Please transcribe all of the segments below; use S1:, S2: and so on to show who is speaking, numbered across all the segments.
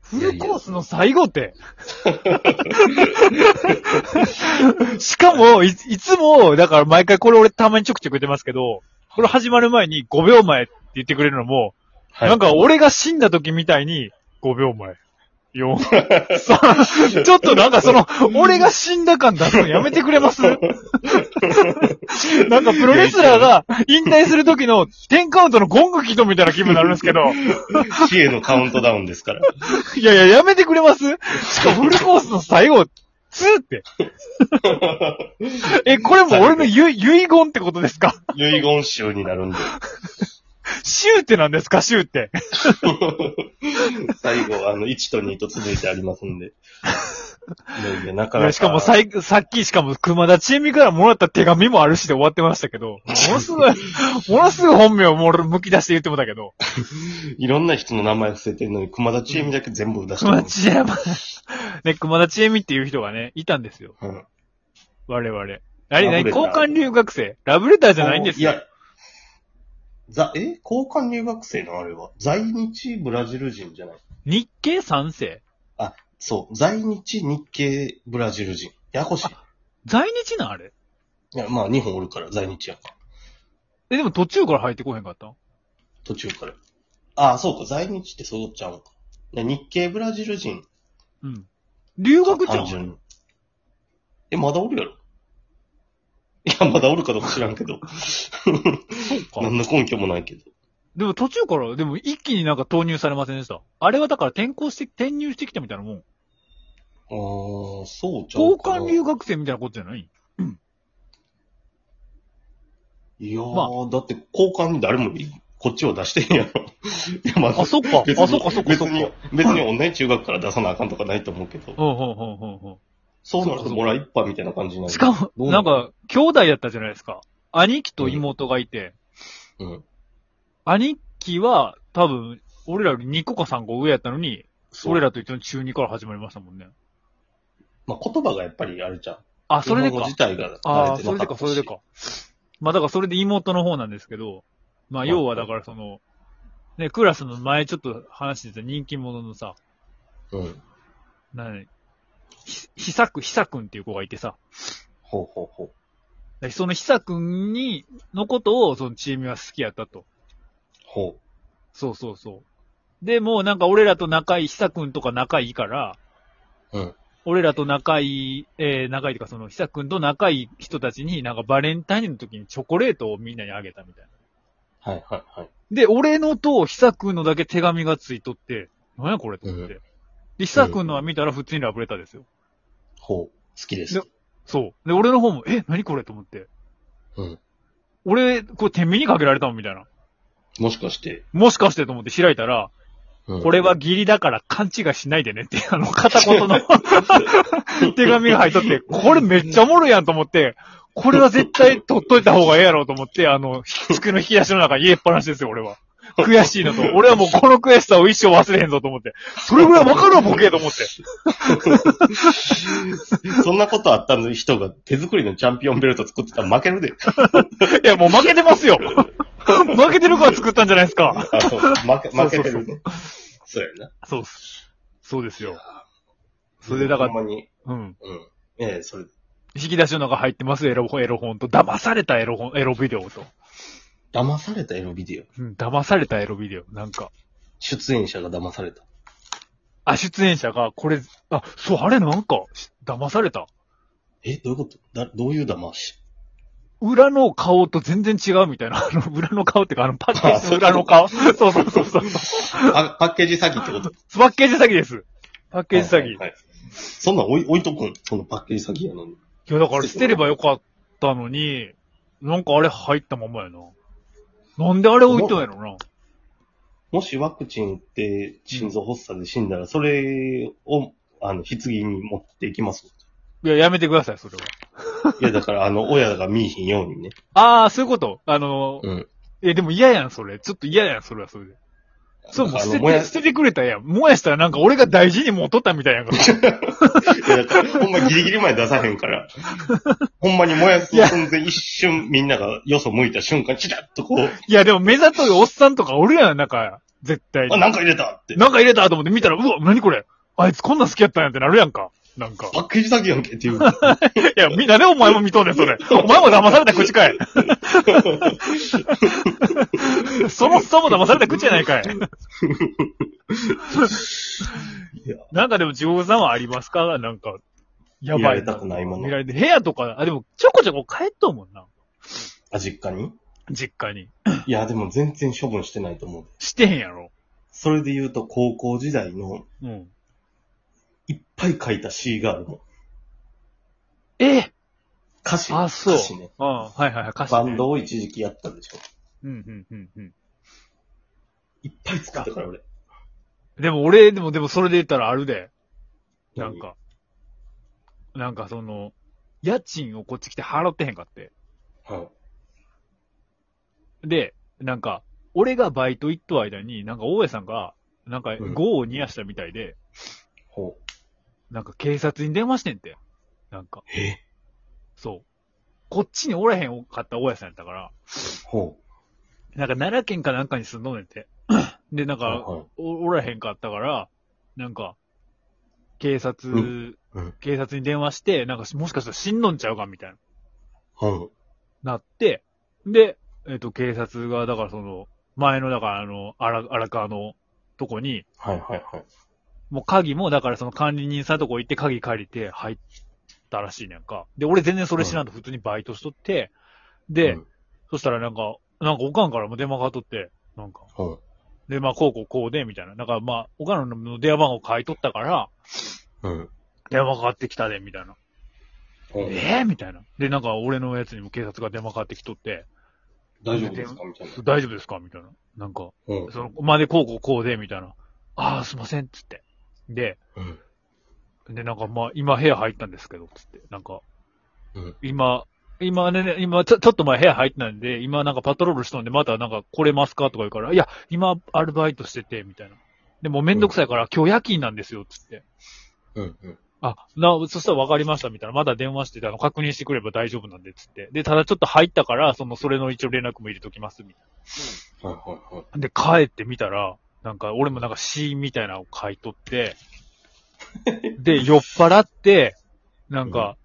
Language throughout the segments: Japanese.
S1: フルコースの最後って。しかもい、いつも、だから毎回これ俺たまにちょくちょく言ってますけど、これ始まる前に5秒前って言ってくれるのも、
S2: はい
S1: なんか俺が死んだ時みたいに5秒前。4、3、ちょっとなんかその、俺が死んだ感出すのやめてくれますなんかプロレスラーが引退する時の10カウントのゴング起動みたいな気分になるんですけど、
S2: 死へのカウントダウンで すから。
S1: いやいや、やめてくれ ますしかもフルコースの最後、2って。え、これも俺のゆ遺言ってことですか
S2: 遺言集になるんで。
S1: シューってなんですかシューって。
S2: 最後、あの、1と2と続いてありますんで。いやいや、なか
S1: い
S2: なか。
S1: やしかもさい、さっき、しかも、熊田千恵美からもらった手紙もあるしで終わってましたけど、ものす ごい、ものすごい本名をもうむき出して言ってもたけど、
S2: いろんな人の名前伏せてるのに、熊田ちえみだけ全部出して
S1: 熊
S2: ま
S1: 田千恵美、 ね、熊田千恵美っていう人がね、いたんですよ。
S2: うん。
S1: 我々。あれ、
S2: ラブレター
S1: 交換留学生ラブレターじゃないんです
S2: い
S1: よ。
S2: や、ざ、え交換留学生のあれは在日ブラジル人じゃない
S1: 日系三世
S2: そう。在日日系ブラジル人。ややこしい。
S1: 在日なんあれ
S2: いや、まあ、日本おるから、在日やから。
S1: え、でも途中から入ってこへんかったん
S2: 途中から。ああ、そうか。在日ってそうちゃうのか。で日系ブラジル人。
S1: うん。留学じゃ
S2: 単
S1: ん。
S2: 純に。え、まだおるやろ いや、まだおるかどうか知らん けど。
S1: そうか。
S2: 何の根拠もないけど。
S1: でも途中から、でも一気になんか投入されませんでした。あれはだから転校して、転入してきたみたいなもん。
S2: ああ、そうちゃ
S1: 交
S2: うかな。
S1: 換留学生みたいなことじゃない
S2: いやー、
S1: ま
S2: だって交換に誰もいこっちは出してんやろ。 いや、ま
S1: あ、そっか。
S2: 別に
S1: あ、そっか、そっか、
S2: 別
S1: そっか。うん、うん
S2: に、別に同じ中学から出さなあかんとかないと思うけど。、
S1: うん、うん、う。
S2: そうなるともらいっぱみたいな感じになんる。
S1: しかも、
S2: どう
S1: なん
S2: の、
S1: か、兄弟だったじゃないですか。兄貴と妹がいて、
S2: うん。
S1: 兄貴は、多分、俺らより2個か3個上やったのに、俺らと一緒に中2から始まりましたもんね。
S2: まあ、言葉がやっぱりあれじゃん。
S1: あ、それで
S2: 日本語
S1: か
S2: 自。体が
S1: ああ、
S2: 慣れて
S1: それ
S2: な
S1: で
S2: か
S1: か、
S2: っ
S1: そ
S2: たし
S1: れで。か。まあだからそれで妹の方なんですけど、まあ要はだからその、ね、クラスの前ちょっと話してた人気者のさ、
S2: うん。
S1: なに、ひ、ひさく、ひさくんっていう子がいてさ、
S2: ほうほうほう。
S1: でそのひさくんに、のことをそのチームは好きやったと。
S2: ほ
S1: そうそうそう。で、もうなんか俺らと仲いい、ひさくんとか仲いいから、
S2: う。うん。
S1: 俺らと仲いい、えー、仲いいとかそのひさくんと仲いい人たちになんかバレンタインの時にチョコレートをみんなにあげたみたいな。
S2: はいはいはい。
S1: で、俺のと、久くんのだけ手紙がついとって、なんやこれと思って。
S2: う
S1: で、久くんのは見たら普通にラブレターですよ。
S2: ほう。好きです
S1: で。そう。で、俺の方も、え、何これと思って。
S2: うん。
S1: 俺、これ、天秤にかけられたのみたいな。
S2: もしかして。
S1: もしかしてと思って開いたら、
S2: うん
S1: これは義理だから勘違いしないでねって、あの、片言 の手紙が入っとって、これめっちゃおもろいやんと思って、これは絶対取っといた方がええやろうと思って、あの、机の引き出しの中に入れっぱなしですよ、俺は。悔しいなと。俺はもうこの悔しさを一生忘れへんぞと思って。それぐらいわかるわ、ボケと思って。
S2: そんなことあったの人が手作りのチャンピオンベルト作ってたら負けるで。
S1: いや、もう負けてます よ。負けてるから作ったんじゃないですか。
S2: あ、そう。 負け、負けてるね。そうやな。
S1: そうっす。そうですよ。それでだから
S2: ほんまに。
S1: うん。
S2: うん。ええ、それ。
S1: 引き出しの中入ってます、エロ本、エロ本と。騙されたエロ本、エロビデオと。
S2: 騙されたエロビデオ。
S1: うん、騙されたエロビデオ。なんか。
S2: 出演者が騙された。
S1: あ、出演者が、これ、あ、そう、あれなんか、し騙された。
S2: え、どういうことだ、どういう騙し
S1: 裏の顔と全然違うみたいな。あの、裏の顔っていうか、あの、パッケー
S2: あ
S1: ジ
S2: そうい
S1: の裏
S2: うこと
S1: の顔。そうそうそう そう。
S2: パパッケージ詐欺ってことパッ
S1: パッケージ詐欺です。パッケージ詐欺。い
S2: そんなん置い置いとくんそのパッケージ詐欺やのに。
S1: や、だから捨てればよかったのに、なんかあれ入ったままやな。なんであれ置いとんやろな。
S2: もしワクチン打って心臓発作で死んだら、それを、あの、棺に持っていきます。
S1: いや、やめてください、それは。
S2: いや、だから、あの、 親が見いひんようにね。
S1: ああ、そういうこと。あの、
S2: うん。
S1: え、でも嫌やん、それ。ちょっと嫌やん、それはそれで。そう、もう
S2: あ
S1: 捨
S2: の
S1: て
S2: もや
S1: て、捨ててくれたらええやん。燃やしたらなんか俺が大事に持っとったみたいやんか。
S2: いやだからほんまギリギリまで出さへんから。ほんまに燃やす寸前一瞬みんながよそ向いた瞬間、チラッとこう、
S1: いや、でも目ざといおっさんとかおるやん、なんか。絶対
S2: あ、
S1: に。
S2: なんか入れたって。
S1: なんか入れたと思って見たら、うわ、何これあいつこんなん好きやったんやってなるやんか。なんか。
S2: パッケージだけやんけっていう。
S1: いや、みんなね、お前も見とんねん、 それ。お前も騙された口かい。そもそも騙された口じゃないかい。
S2: や
S1: なんかでも、地獄さんはありますかなんか、や
S2: 見
S1: ば
S2: られ
S1: い
S2: た
S1: な。
S2: くないも
S1: 見
S2: の。
S1: られて、部屋とか、あ、でも、ちょこちょこ帰っとうもんな。
S2: あ、実家に
S1: 実家に。
S2: いや、でも全然処分してないと思う。
S1: してへんやろ。
S2: それで言うと、高校時代の、
S1: うん。
S2: いっぱい書いた詩があるもん。
S1: ええ
S2: 歌詞。
S1: あ、そう。
S2: 歌詞ね。
S1: うん、はいはいはい、歌詞、ね。
S2: バンドを一時期やったでしょ。
S1: うん、うん、うん、うん。
S2: いっぱい作ったから俺。
S1: でも俺、でもでもそれで言ったらあるで。なんか。なんかその、家賃をこっち来て払ってへんかって。
S2: 何。はい。
S1: で、なんか、俺がバイト行っとう間に、なんか大家さんが、なんか、
S2: うん
S1: 業を煮やしたみたいで、
S2: ほう。
S1: なんか警察に電話してんて。なんか、
S2: え
S1: そう。こっちにおらへんかった大家さんやったから、
S2: ほ
S1: なんか奈良県かなんかに住んどんねんて。で、なん
S2: う。
S1: か、
S2: はい
S1: おおらへんかったから、なんか、警察、
S2: うんうん
S1: 警察に電話して、なんかもしかしたら死んどんちゃうかみたいな、
S2: はい。
S1: なって、で、えっ、と、警察が、だからその、前の、だからあの、荒荒川のとこに、
S2: はいはいはい。
S1: もう鍵も、だからその管理人さんのとこ行って鍵借りて入ったらしいねんか。で、俺全然それ知らんと普通にバイトしとって、で、
S2: うん
S1: そしたらなんか、なんかおかんからも電話かかっとって、なんか、
S2: ほ
S1: で、まあ、こうこうこうで、みたいな。だからまあ、おかんの電話番号書いとったから、
S2: う。うん。
S1: 電話かかってきたで、みたいな。
S2: ほう
S1: ええみたいな。で、なんか俺のやつにも警察が電話かかってきとって、
S2: 大丈夫ですかみたいな。
S1: 大丈夫ですかみたいな。なんか、
S2: うん。
S1: その、までこうこうこうで、みたいな。ああ、すいません、つって。で、
S2: うん。
S1: で、なんかまあ、今部屋入ったんですけど、つって。なんか、
S2: うん
S1: 今、今ね、今ちょ、ちょっと前部屋入ってないんで、今なんかパトロールしとんで、またなんか来れますかとか言うから、いや、今アルバイトしてて、みたいな。で、もうめんどくさいから、今日夜勤なんですよ、つって。
S2: うん。うん。
S1: あ、な、そしたら分かりました、みたいな。まだ電話してたの、確認してくれば大丈夫なんで、つって。で、ただちょっと入ったから、その、それの一応連絡も入れときます、みたい
S2: はいはいはい。
S1: な。で、帰ってみたら、なんか、俺もなんか詩みたいなのを書いとって、で、酔っ払って、なんか、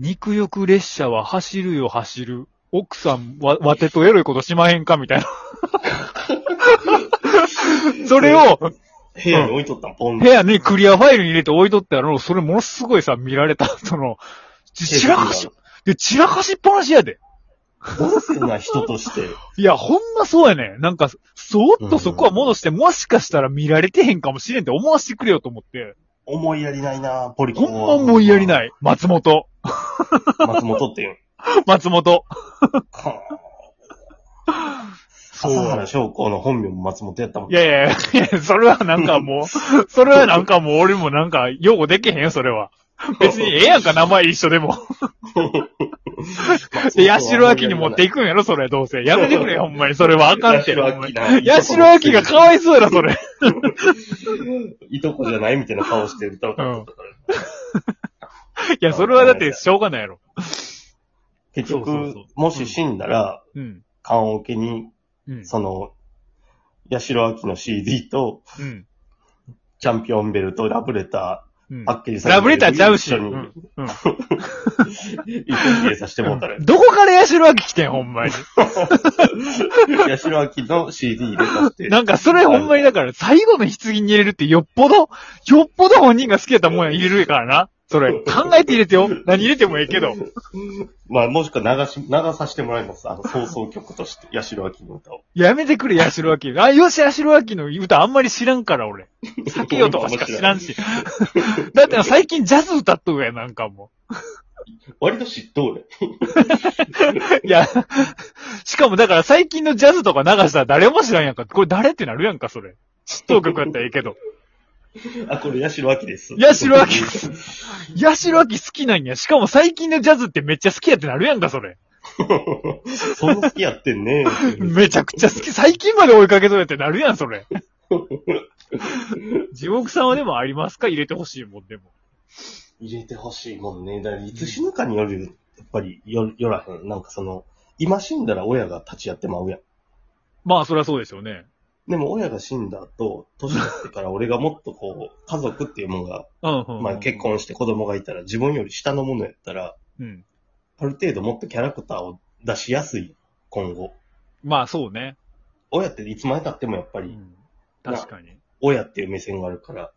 S1: 肉欲列車は走るよ、走る。奥さんわ、わてとエロいことしまへんか、みたいな。それを、
S2: 部屋に置いとったん、ポン
S1: 部。屋にクリアファイルに入れて置いとったの、それものすごいさ、見られた、 その、ち散らかし、で、散らかしっぱなしやで。
S2: どうすんな人として。
S1: いや、ほんまそうやねん。なんか、そーっとそこは戻して、もしかしたら見られてへんかもしれんって思わせてくれよと思って。
S2: 思いやりないなポリ
S1: ほ
S2: コン
S1: ん
S2: は
S1: ま思いやり
S2: い。
S1: ない。松本。
S2: 松本っていう。
S1: 松本。
S2: はあ
S1: そ
S2: 笠原
S1: う。
S2: 将校の本名も松本やったもん。
S1: いやいやいやいや、 それはなんか もう、それはなんかもう俺もなんか、擁護できへんよ、それは。別にええやんか、名前一緒でも。で、八代明に持っていくんやろ、それ、どうせ。やめてくれよ、ほんまに。それはあかんって。ほんまに 八代明がかわいそうやろ、それ。
S2: いとこじゃないみたいな顔して歌うたったから。
S1: いや、それはだって、しょうがないやろ。
S2: 結
S1: そう
S2: 局
S1: そう、
S2: もし死んだら、
S1: うん。
S2: 棺桶に、
S1: うん。
S2: その、八代明の CD と、
S1: うん。
S2: チャンピオンベルとラブレタ
S1: うん
S2: ー、パッケージされて
S1: ラブレターちゃうし。
S2: 一
S1: う
S2: 緒に、
S1: ん。うん
S2: 一緒に入れさせてもらっ たら、
S1: どこから八代明来てん、ほんまに。
S2: 八代明の CD 入れさせて。
S1: なんか、それほんまにだから、最後の棺に入れるってよっぽど、よっぽど本人が好きやったもんや、入れるからな。それ、考えて入れてよ。何入れてもええけど。
S2: まあ、もしくは流し、流させてもらいます。あの、放送曲として、八代明の歌を。
S1: やめてくれ、八代明。あ、よし、八代明の歌あんまり知らんから、俺。
S2: 酒
S1: ピヨとかしか知ら んし。だって最近ジャズ歌っとるやん、なんかも
S2: 割と知っとる。
S1: う。いや、しかもだから最近のジャズとか流したら誰も知らんやんか。これ誰ってなるやんか、それ。知っとう曲やったらええけど。
S2: あ、これ八代明です。
S1: 八代明ヤシロアキ好きなんや。しかも最近のジャズってめっちゃ好きやってなるやんか、それ。
S2: そんな好きやってんね。
S1: めちゃくちゃ好き。最近まで追いかけとるやってなるやん、そ れ。地獄さんはでもありますか入れてほしいもん、でも。
S2: 入れてほしいもんね。だからいつ死ぬかによる、やっぱりよ、よらへん。なんかその、今死んだら親が立ち会ってまうやん。
S1: まあ、そりゃそうですよね。
S2: でも親が死んだ後、年取ってから俺がもっとこう、家族っていうものが、
S1: うんうんうん。
S2: まあ結婚して子供がいたら自分より下のものやったら、
S1: うん。
S2: ある程度もっとキャラクターを出しやすい、今後。
S1: まあそうね。
S2: 親っていつまで経ってもやっぱ
S1: う
S2: り、
S1: ん、確かに。
S2: 親っていう目線があるから、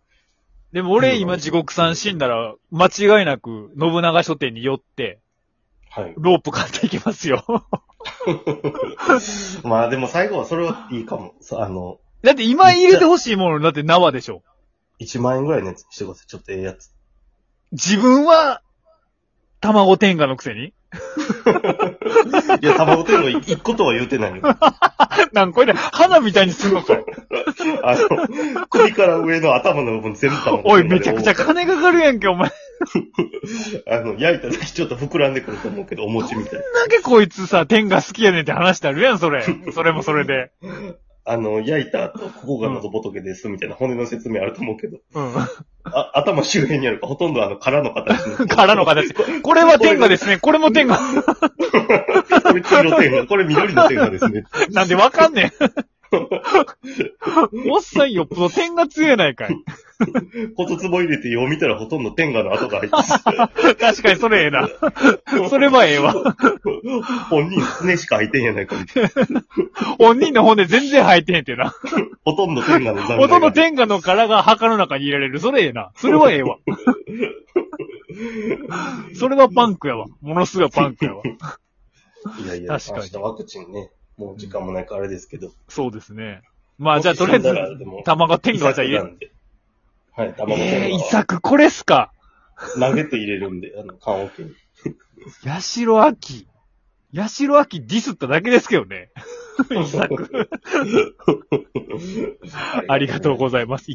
S1: でも俺今地獄さん死んだら、間違いなく信長書店に寄って、
S2: はい。
S1: ロープ買っていきますよ。
S2: まあでも最後はそれはいいかも。そうあの、
S1: だって今入れてほしいものだって縄でしょ。
S2: 1万円ぐらいのやつにしてください。ちょっとええやつ。
S1: 自分は、卵天下のくせに
S2: いや、卵天狗行くことは言うてないの。
S1: なんかこれ花みたいにすんのかよ。
S2: あの、首から上の頭の部分全部卵
S1: おい、
S2: 天狗
S1: め
S2: で
S1: ちゃくちゃ金かかるやんけ、お前。
S2: あの、焼いた時ちょっと膨らんでくると思うけど、お餅みたいな。
S1: なんでこいつさ、天下好きやねんって話してあるやん、それ。それもそれで。
S2: あの、焼いた後、ここが喉仏ですみたいな骨の説明あると思うけど、
S1: うん。
S2: あ頭周辺にあるから、ほとんどあの、殻の形 の。
S1: からの形。これは天下ですね。これも天下。
S2: これ黄色天狗、これ緑の天狗ですね。
S1: なんでわかんねん。おっさんよっぽど天下強えないかい。
S2: 骨壺入れてよう見たらほとんど天下の跡が入って
S1: 確かにそれええな。
S2: て
S1: それはええわ。
S2: 本人、すねしか入ってんやないかみたいな。
S1: 本人の骨全然入ってへんってな。
S2: ほとんど天下の残骸
S1: ほとんど
S2: が
S1: 天下の殻が墓の中に入れられる。それええな。それはええ わ。それはパンクやわ。ものすごいパンクやわ。
S2: いやいや、
S1: 確かに
S2: 明日ワクチンね、もう時間もないからあれですけど。
S1: そうですね。まあじゃあとりあえず
S2: もし死んだらでも、
S1: 卵天下はじゃあ入れ
S2: 遺作なんではい、卵
S1: ええ
S2: 天
S1: ー、遺
S2: 下は。
S1: 作これっすか。
S2: ナゲット入れるんで、あの、缶オ ケに。
S1: ヤシロアキ。ヤシロアキディスっただけですけど ね。遺作ありがとう
S2: ざいます。
S1: ございます。